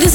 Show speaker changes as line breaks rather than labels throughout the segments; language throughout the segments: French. This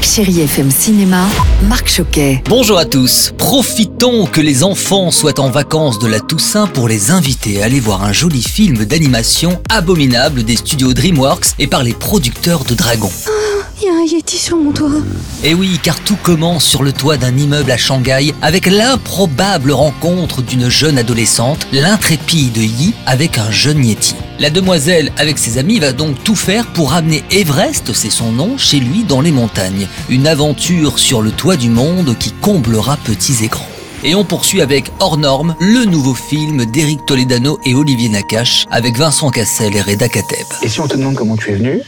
Chérie FM Cinéma, Marc Choquet.
Bonjour à tous. Profitons que les enfants soient en vacances de la Toussaint pour les inviter à aller voir un joli film d'animation abominable des studios DreamWorks et par les producteurs de Dragon.
Il y a un Yeti sur mon toit.
Et Eh oui, car tout commence sur le toit d'un immeuble à Shanghai avec l'improbable rencontre d'une jeune adolescente, l'intrépide Yi, avec un jeune Yeti. La demoiselle, avec ses amis, va donc tout faire pour amener Everest, c'est son nom, chez lui dans les montagnes. Une aventure sur le toit du monde qui comblera petits écrans. Et on poursuit avec Hors Norme, le nouveau film d'Éric Toledano et Olivier Nakache, avec Vincent Cassel et Reda Kateb.
Et si on te demande comment tu es venu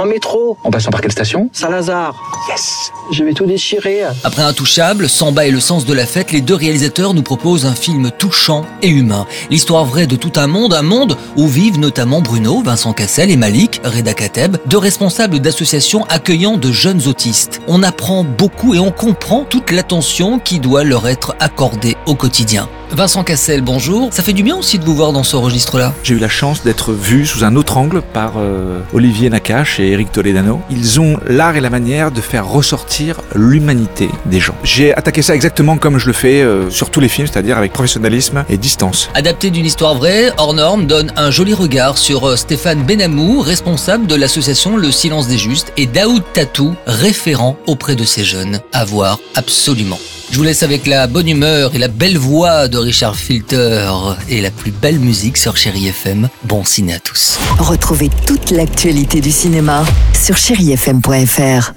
En métro. En passant par quelle station
Salazar,
Yes.
je vais tout déchirer.
Après Intouchable, Samba et le sens de la fête, les deux réalisateurs nous proposent un film touchant et humain. L'histoire vraie de tout un monde, un monde où vivent notamment Bruno, Vincent Cassel et Malik, Reda Kateb, deux responsables d'associations accueillant de jeunes autistes. On apprend beaucoup et on comprend toute l'attention qui doit leur être accordée au quotidien. Vincent Cassel, bonjour. Ça fait du bien aussi de vous voir dans ce registre-là.
J'ai eu la chance d'être vu sous un autre angle par euh, Olivier Nakache et Eric Toledano. Ils ont l'art et la manière de faire ressortir l'humanité des gens. J'ai attaqué ça exactement comme je le fais euh, sur tous les films, c'est-à-dire avec professionnalisme et distance.
Adapté d'une histoire vraie, Hors Norme donne un joli regard sur euh, Stéphane Benamou, responsable de l'association Le Silence des Justes, et Daoud Tatou, référent auprès de ces jeunes. À voir absolument. Je vous laisse avec la bonne humeur et la belle voix de Richard Filter et la plus belle musique sur Chéri FM. Bon ciné à tous.
Retrouvez toute l'actualité du cinéma sur chérifm.fr.